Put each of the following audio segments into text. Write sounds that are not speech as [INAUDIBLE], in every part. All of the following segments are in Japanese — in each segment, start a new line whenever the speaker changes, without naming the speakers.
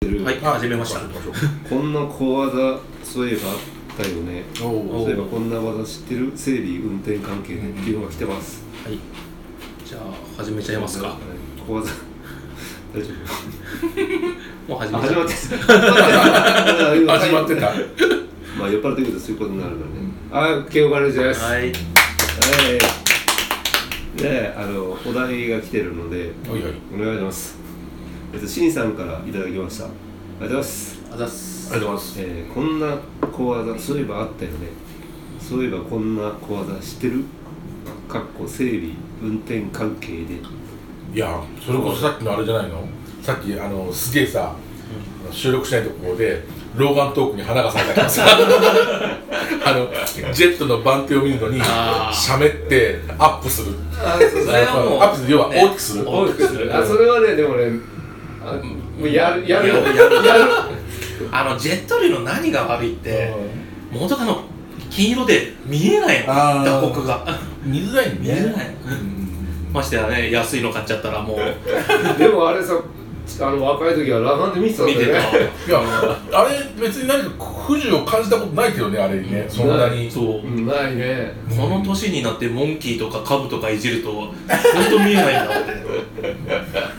はい
あ
始めました
そうかそうか
[LAUGHS] こんな小技そういえばあったよね
そうかお
そういえばこんな技知ってる整備運転関係でっていうのが来てます
はいじゃあ始めちゃいますか
はい小技 [LAUGHS] 大丈
もう始
夫あ
めち
始
ゃ
ま
う
ってた
お始まってた
まあ酔っ払ってくるとそういうことになるからね、あ慶応からじゃないです
はい
はいであのお題が来てるので
はいはい
お願いしますえっとしんさんからいただきましたありがとうございます
あざっ
あ
す
りがとうございます
えーこんな小技そういえばあったよねそういえばこんな小技知ってるかっこ整備運転関係で
いやそれこそさっきのあれじゃないのさっきあのすげえさ収録しないところで老眼トークに花が咲いたからさ [LAUGHS] あのジェットの番手を見るのに
あー
しゃべってアップする
あ
それはもう
アップする要は大きくする
ね大きくする
それはねでもねあもうやるやるよ
やる
やる
あのジェット流の何が悪いって元カノ金色で見えないの
あー
打刻が [LAUGHS]
見づらいね
見づらい
うん
ましてやね安いの買っちゃっ
[LAUGHS]
たらもう
[LAUGHS] でもあれさあの若い時は裸眼で見てたんだ
見
よ
てた
ね
いやあれ別に何か不自由を感じたことないけどねあれにね [LAUGHS] そんなに
そう
うんないね
この年になってモンキーとかカブとかいじると本当見えないんだって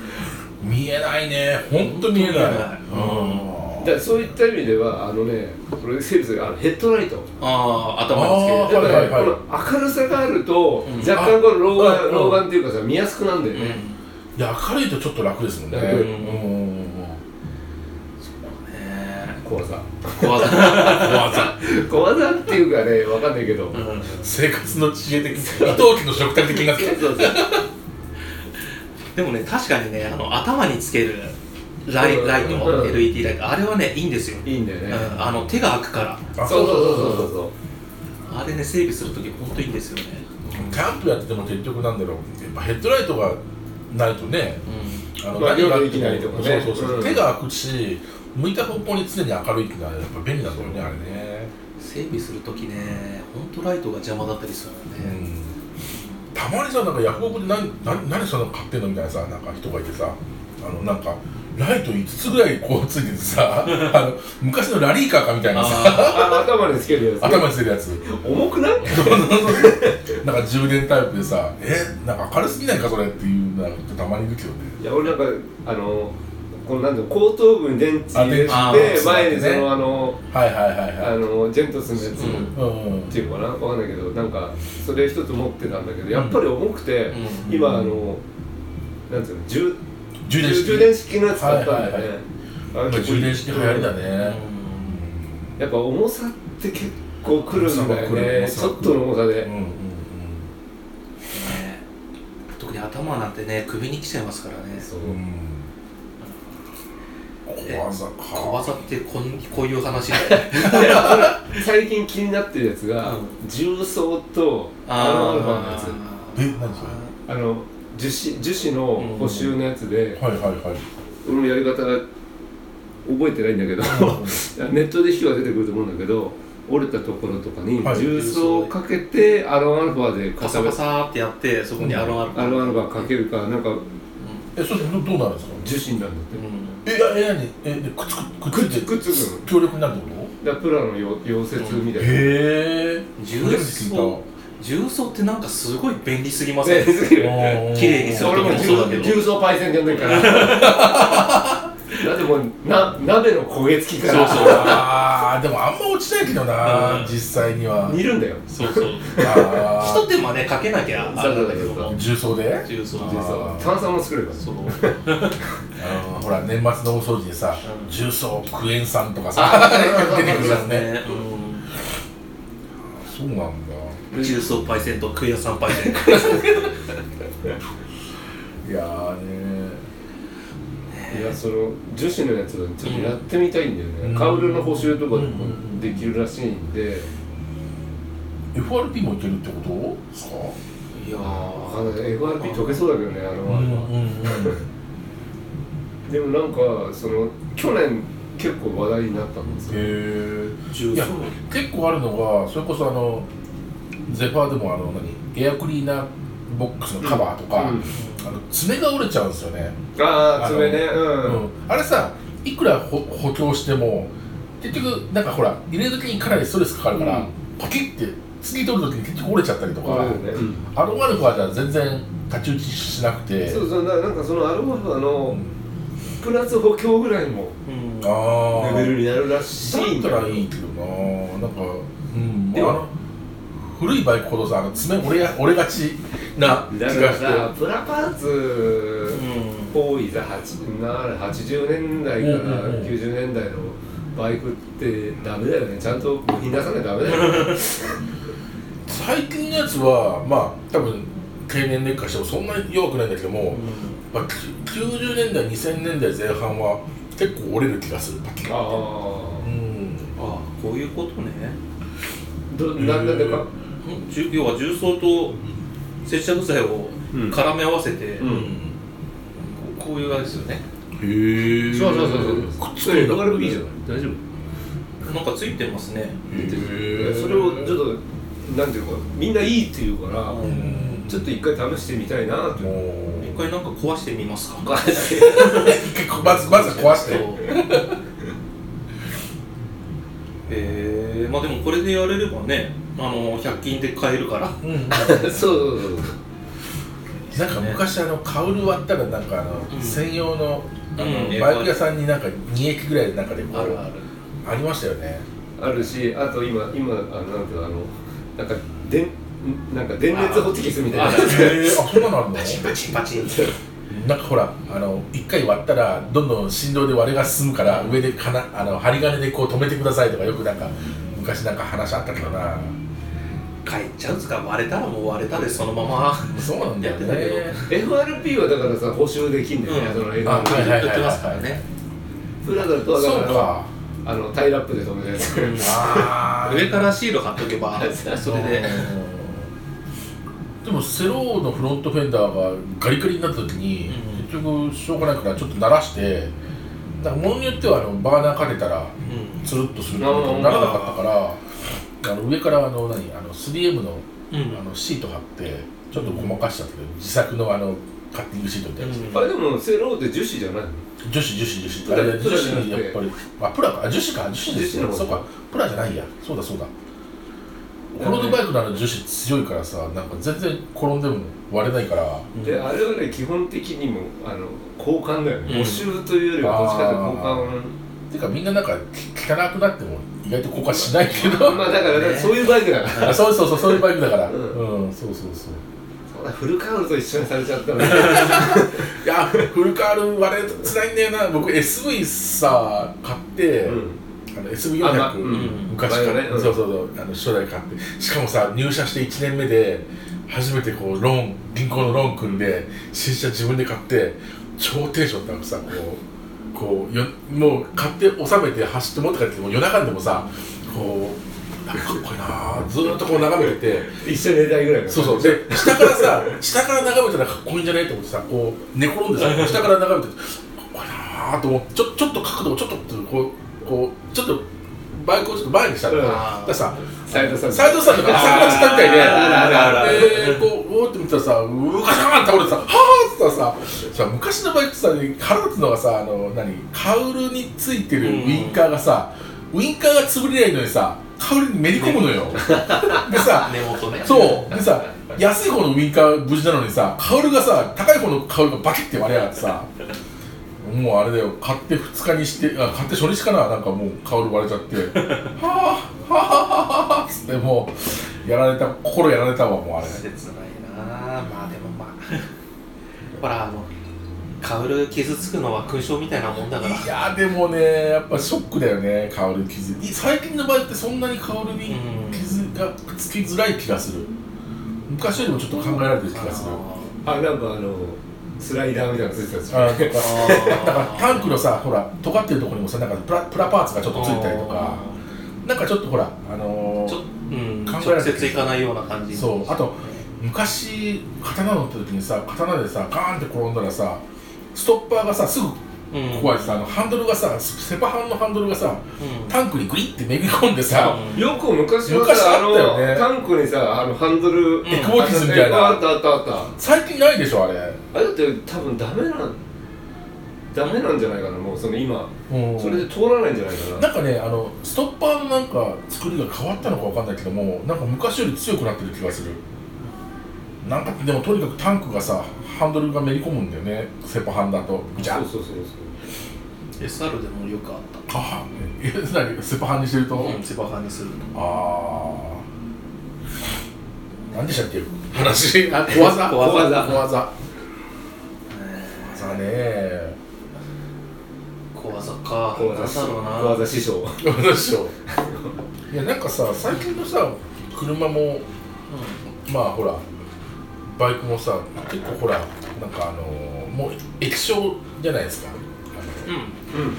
[LAUGHS] 見えないね本当見えない
だからそういった意味ではあのねこれ生物があのヘッドライト
ああ頭につけ
あ
だか
る
ー
ら、
はいはいはい
この明るさがあると、
うん
若干この老
あう
眼
ん
老眼っていうかさ見やすくなるんだよね、
いや明るいとちょっと楽ですもんね
楽
うん
うんね
小技
え小
[LAUGHS]
技
小技
小技っていうかねわかんないけど、
うん
生活の知恵的伊藤家の食卓的
[LAUGHS]
な
でもね確かにねあの頭につけるライライ
う
ト
ん
LED ライトあれはねいいんですよ、
いいんだよね、
うんあの手が開くから
そうそうそうそう
う
そう
あれね整備するとき本当いいんですよね、
キャンプやってても結局なんだろうやっぱヘッドライトがないとね
う
あ
まあ
何があっても
夜できないとかね
そうそうそう、
うん
手が開くし向いた方向に常に明るいっていうのはやっぱ便利なんだよねあれね
ん、整備するときね本当ライトが邪魔だったりするの
う
ね、
んたまにさなんかヤフオクで何何何そんなの買ってんのみたいなさなんか人がいてさあのなんかライト5つぐらいこうついててさ [LAUGHS] あの昔のラリーカーかみたいなさ
あ
あ頭につけるやつ
頭についてるやつ
重くない
なんか充電タイプでさえなんか明るすぎないかそれっていうのがたまにいるけどね
いや俺なんかあのこのなんだろう後頭部に電池入れて
あ電池
あー
前にそ
そうだね
のあの
はいはいはい
あ
はい
のジェントスのやつ、
うん
うん
っていうのかなわかんないけどなんかそれ一つ持ってたんだけどやっぱり重くて、
うん
今あのなんていうの充
充電式
充電式のやつ買ったんだよね、あ
今
結構
充電式流行りだ
ー
ね
やっぱ重さって結構くるんだよ
重さが来る重
ね
さ
ち
が
ょ
来
っ
る
との重さ
うん
で
うんうん
ね特に頭なんてね首にきちゃいますからね
そう
うん小技か
小技ってこんこういう話で
[LAUGHS] 最近気になってるやつが、
う
重曹とアロンアルファのやつ
え何それ
あの樹脂樹脂の補修のやつで、
はいはいはい
俺もやり方覚えてないんだけど、ネットで費用が出てくると思うんだけど折れたところとかに
はい
重曹をかけてアロンアルファで
カ
固
サ
め
カサーってやってそこにアロンアルファ
アロンアルファかけるかなんか
えそれどどうなるんですか
樹脂になるんだ
うん
え、いやえ、なにえ、でくっつく、くっつい
って
て
くっつくの
強力になるってこ
だからプラの溶溶接み
と
たいな
へぇ
重曹重曹ってなんかすごい便利すぎま
全
せん
然すぎる
綺麗にする
俺も
時もそうだけ
重
ど
重曹パイセンじゃないからだってもうな鍋の焦げ付きか
そう
ら
そう
あーでもあんま落ちないけど
う
なん実際には
煮るんだよ
そうそう
あ
一手間ねかけなきゃあれなんだけど
そうそう
も
ー重曹で
重曹
重曹炭酸も作れば
そう
あのほら年末の大掃除でさ
うん
重曹クエン酸とかさ出てくるやつね
ね
そうなんだ
うん重曹パイセンとクエアさんパイセン
いやーね
いやその樹脂のやつはちょっとやってみたいんだよね、
うん
カウルの補修とかで
う
も
ん
できるらしいんで、
FRP もいけるってことですか
いや
あ
ー
の FRP 溶けそうだけどねあの、
うん
でもなんかその去年結構話題になったんです
へ
よ、
え
重
いや
曹
結構あるのがそれこそあのゼファーでもあの何エアクリーナーボックスのカバーとか、
うん
あの爪が折れちゃうんですよ
ああ爪ね
あの
う
うんあれさ一いくら補補強しても結局なんかほら入れる時にかなりストレスかかるから、
うん
パキッて次取る時に結局折れちゃったりとか、
あれね
うん
アロンアルファじゃ全然太刀打ちしなくて
そうそうだからなんかそのアルファ
う
の
ん
プラス補強ぐらいの
うん
ああ
レベルになるらし
だ
いん
った
だよ
らいいけどななんかうん
で
ま
も
ああの古いバイクほどさあの爪折れや折れがちな気が
だから
して
さプラパーツ
うん
多いざ8なあれ80年代か
うんうん
ら
うん
90年代のバイクってダメだよねちゃんと部品出さないとダメだよね
最近のやつはまあ多分経年劣化してもそんなに弱くないんだけども、まあ、き90年代2000年代前半は結構折れる気がするパキッ
あ
うん
ああこういうことね
あどなんだってか
うん重要は重曹と接着剤を
うん
絡め合わせて、
うん
ここういうあれですよね
へえ
そうそうそう
くっつ
そう。
くんだ
FRP じゃない。
大丈夫
なんかついてますね
へえ
それをちょっとなんていうかみんないいって言うから、
うん
ちょっと一回試してみたいなって。
も
一
う
回なんか壊してみますか
結構まずまず壊して [LAUGHS]
えー、まあでもこれでやれればねあの100均で買えるから
うんうん
[LAUGHS] そうそうそう
なんか昔あのカウル割ったらなんかあの
ん
専用のあ
う
の
ん
バイク屋さんになんか2駅ぐらいでなんかでこ
あるあ
う
る
ありましたよね
あるし、あと今今あなんていうのあのなんか電なんか電熱ホチキスみたいな
あ
や
あ
つ。
へえあそんなのあるの
パチンパチンパチンって
なんかほらあの1回割ったらどんどん振動で割れが進むから上でかなあの針金でこう止めてくださいとかよくなんか昔なんか話あったけどな
買っちゃうんですか割れたらもう割れたでそのまま
そうなんだよ
やって
FRP はだからさ補修できんだよね。
うん
その
あはいはい
FRP。
はい
売ってますからね
プラダとはだ
そう
から
か
あのタイラップで止めるやつ。
あ
[LAUGHS]
ー
上からシール貼っとけばそれで
うんでもセローのフロントフェンダーがガリガリになった時に、
うん
結局しょうがないからちょっと鳴らしてなんかものによってはあのバーナーかけたらつるっとするけど
うん
ならなかったからあの上からあの何あの 3M の
うん
あのシート貼ってちょっとごまかしちゃったけど自作のあのカッティングシートみたいなやつ、
うん
あれでもセローって樹脂じゃないの？
樹脂樹脂樹
プ
脂あ
ラ
れ
プ
樹
ラじゃなく
脂
て
やっぱりあプラかあ樹脂か樹脂です
樹脂
よ
の
そうかプラじゃないやそうだそうだコロードバイクなら樹脂強いからさなんか全然転んでも割れないから
うん
であれはね基本的にもあの交換だよね。
うん
補修というよりはどっちかというと交換。
ていうかみんななんか汚くなっても意外と交換しないけど
まあだから、そういうバイクだから。
あそうそうそうそういうバイクだからう、
うんん
そうそうそう
そんなフルカウルと一緒にされちゃったら。
いやフルカール割れつらいんだよな僕 SV さ買って、
うん。
あの SV400、
あまあうん
昔から、
前のねうん
そうそうそうあの初代買ってしかもさ入社して1年目で初めてこうローン銀行のローン組んで新車自分で買って超テンション高くさこうこうよもう買って納めて走って持って帰ってきてもう夜中でもさこうなんかかっこいいなぁずーっとこう眺めてて
一緒に寝たいぐらいの。
そうそうで下からさ下から眺めたらかっこいいんじゃないと思ってさこう寝転んでさ下から眺めてかっこいいなーと思ってちょちょっと角度をちょっとこうこうちょっとバイクをちょっと前にした
う
の
ん
だからさ
斉藤さん。
斎藤さんとかサンがしたみたいで
あるあるある
でこうおーって見たらさうガシャーン倒れてさはあってささ昔のバイクってさ腹立つのがさあの何カウルについてるウインカーがさ、ウインカーが潰れないのにさカウルにめり込む
[LAUGHS]
のよでさ
根元ね
そうでさ安い方のウインカー無事なのにさカウルがさ高い方のカウルがバキって割れやがってさもうあれだよ買って2日にしてあ買って初日かななんかもうカウル割れちゃってはあはあはあはあっつってもうやられた心やられたわもうあれ
切ないなあまあで [LAUGHS] もまあほらあのカウル傷つくのは勲章みたいなもんだから
いやでもねやっぱショックだよねカウル傷い最近の場合ってそんなにカウルに傷がくっつきづらい気がする昔よりもちょっと考えられてる気がする
あ、なんかあの、スライダーみたいなのついてたやつ。
あとかだから
あ
タンクのさほら尖ってるところにもさなんかプラプラパーツがちょっとついたりとかなんかちょっとほらあのー
ちょうん
考えられてる
直接いかないような感じ
そうあと昔刀乗った時にさ刀でさガーンって転んだらさストッパーがさすぐ
うん
壊れてさ、あのハンドルがさセパハンのハンドルがさ
うん
タンクにグイってめり込んでさ、
うん
よく昔は
昔あ
さ、あ
ったよね
の、タンクにさ、あの、ハンドル、
エ
クボティスみたいな
あったあったあったあっ
最近ないでしょあれ
た。あれだって多分ダメなんダメなんじゃないかなもうその今
うん
それで通らないんじゃないか
な
なん
かねあのストッパーのなんか作りが変わったのかわかんないけどもなんか昔より強くなってる気がするなんかでもとにかくタンクがさハンドルがめり込むんだよねセパハンだとぐちゃっ
そうそうそうそう
SR でもよくあっ
ああえ何セパハンにしてると、
た、うん、セパハンにすると
ああ何でしたっけ話あ小技
小技
小技小技ね
小技か
小技
なん
師
だろうな
小技師匠
どうでしょういやなんかさ最近のさ車もまあほらバイクもさ結構ほらなんかあのーもう液晶じゃないですかあ
うん、うん
の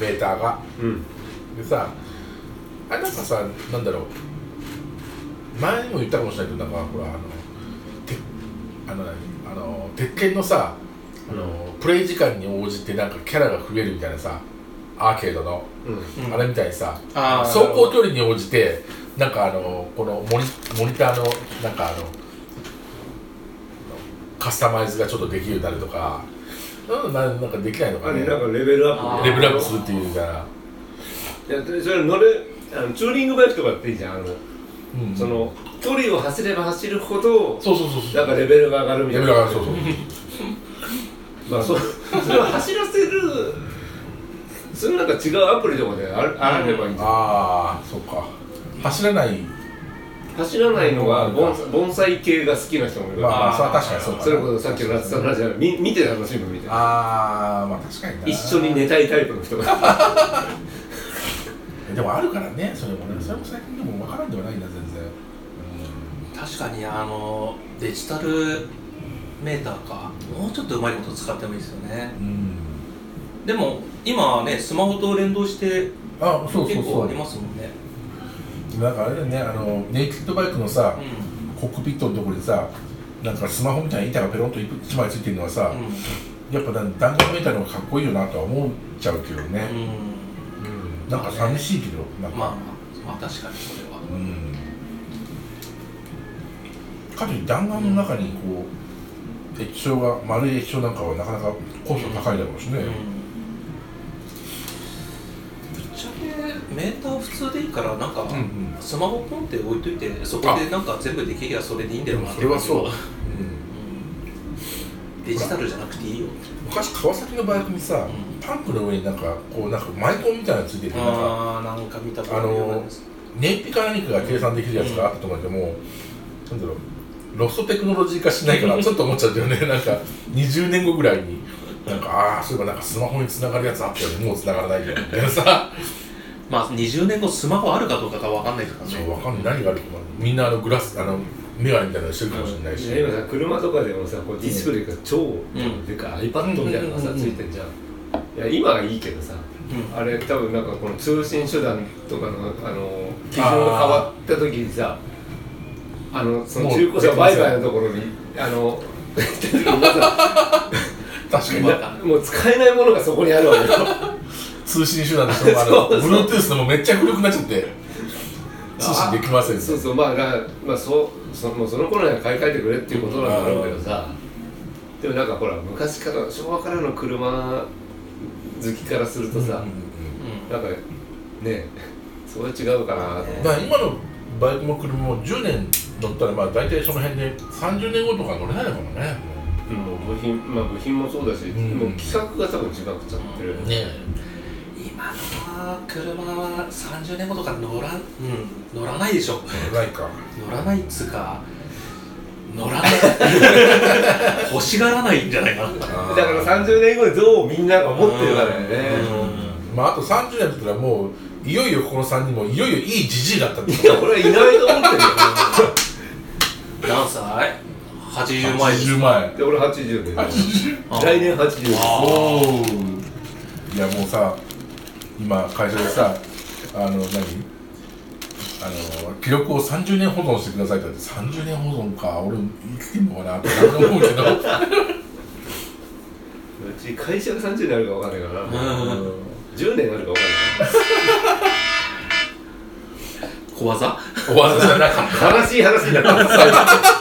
メーターが
うんうん
でさあれなんかさなんだろう前にも言ったかもしれないけどなんかほらあのてあのあの鉄拳のさあのプレイ時間に応じてなんかキャラが増えるみたいなさアーケードの、
うん
うん
あれみたいにさ
あー
走行距離に応じてなんかあのこのモニモニターのなんかあのカスタマイズがちょっとできるようになるとかうんななんかできないの
あ
かね
れなんかレベルアップ
あー
レベルアップするっていうじゃない
やでそれ乗るあのチューリングバイクとかっていいじゃんあの、
うん
その距離を走れば走るほど
そうそうそうそう
なんかレベルが上がるみ
レ
たい
ベ
な
ルがそうそう
まあそそれを [LAUGHS] 走らせるそれなんか違うアプリとかであるあればいいんじゃん
ああそうか走らない
走らないのが盆栽盆栽系が好きな人もいる
まあ
か
まあそれは確かにそう
ら
か
それこそさっきの夏さんの話じゃないみ見て楽しむみたいな
ああまあ確かにな
一緒に寝たいタイプの人が
でもあるからねそれもねそれも最近でも分からんではないな全然
確かにあのデジタルメーターかもうちょっとうまいこと使ってもいいですよね
うん、
でも今はねスマホと連動して
あそうそ
結
う
構
そ
ありま
う
すもんね
なんかあれだよねあのネイキッドバイクのさ、コックピットのところにさなんかスマホみたいな板がペロンと一枚ついてるのはさ
う、ん、
やっぱなん弾丸メーターの方がかっこいいよなとは思っちゃうけどね
う、ん
うんなんか寂しいけどなんか、
まあまあ確かにそれは
うんかといって弾丸の中にこう液晶が丸い液晶なんかはなかなかコスト高いだろうしね、
うんぶっちゃけメーター普通でいいからなんか、
うんうん
スマホポンって置いといてそこでなんか全部できりゃそれでいいんだよなって
でもそれは
感
そ
じうんデジタルじゃなくていいよ
昔川崎のバイクにさ
うん
パンプの上になんかこうなんかマイコンみたいなのついててなんか
ああなんか見たこと
あ
るようなや
の
つ
燃費か何かが計算できるやつがあったと思うけどもなんだろうロストテクノロジー化しない
[LAUGHS]
からちょっと思っちゃったよねなんか20年後ぐらいになんかああーそういえばなんかスマホに繋がるやつあったよねもう繋がらないよみたいなさ
[LAUGHS]
まあ20年後スマホあるかどうかが分かんないから
そ
ね
うわかんない何があるかもみんなあのグラスあのメガネみたいなのしてるかもしれないし、
今さ車とかでもさこうディスプレイが超
ん
でかい iPad みたいなのがさ
うんうんうんうん
ついてんじゃんいや今はいいけどさ
うん
あれ多分なんかこの通信手段とかのあの基準が変わった時にさあのその中古車売買のところにあ [LAUGHS] の
確かに
わかんない
もう使えないものがそこにあるわけよ
通信手段の人もあの
そうそう
Bluetooth のもめっちゃ古くなっちゃって通信できませ
[LAUGHS]
ん
そうそうまあだからまあそうそもうその頃には買い替えてくれっていうことなんだろうけどさでもなんかほら昔から昭和からの車好きからするとさ、
うんうんうん
なんかねそれは違うかなと思
だから今のバイクも車も10年乗ったらまあ大体その辺で30年後とか乗れないのかもね
うんもう部品まあ部品もそうだし、
うん
もう規格が多分違っちゃってる、
ね
今のは車は30年後とか乗らん、うん、乗らないでしょ
えないか
乗らないっつうか乗 [LAUGHS] らない欲しがらないんじゃないかな
だ
だから30年後にどうみんなが思ってるからね、
まああと30年だったらもういよいよこの3人もいよいよいいじじいだったってこ
いや俺はいないと思ってるよ
何歳 ?80
と
前
10
[LAUGHS]
前
で俺80年
あ
来年80です
あ
おおいやもうさ今会社でさあの何あの記録を30年保存してくださいって言われて30年保存か俺生きてんのかなって思うけど
うち会社が30年あるか分かんないからな、
うん
10年あるか分かんない
小技
おわざじゃなかった
悲しい話になった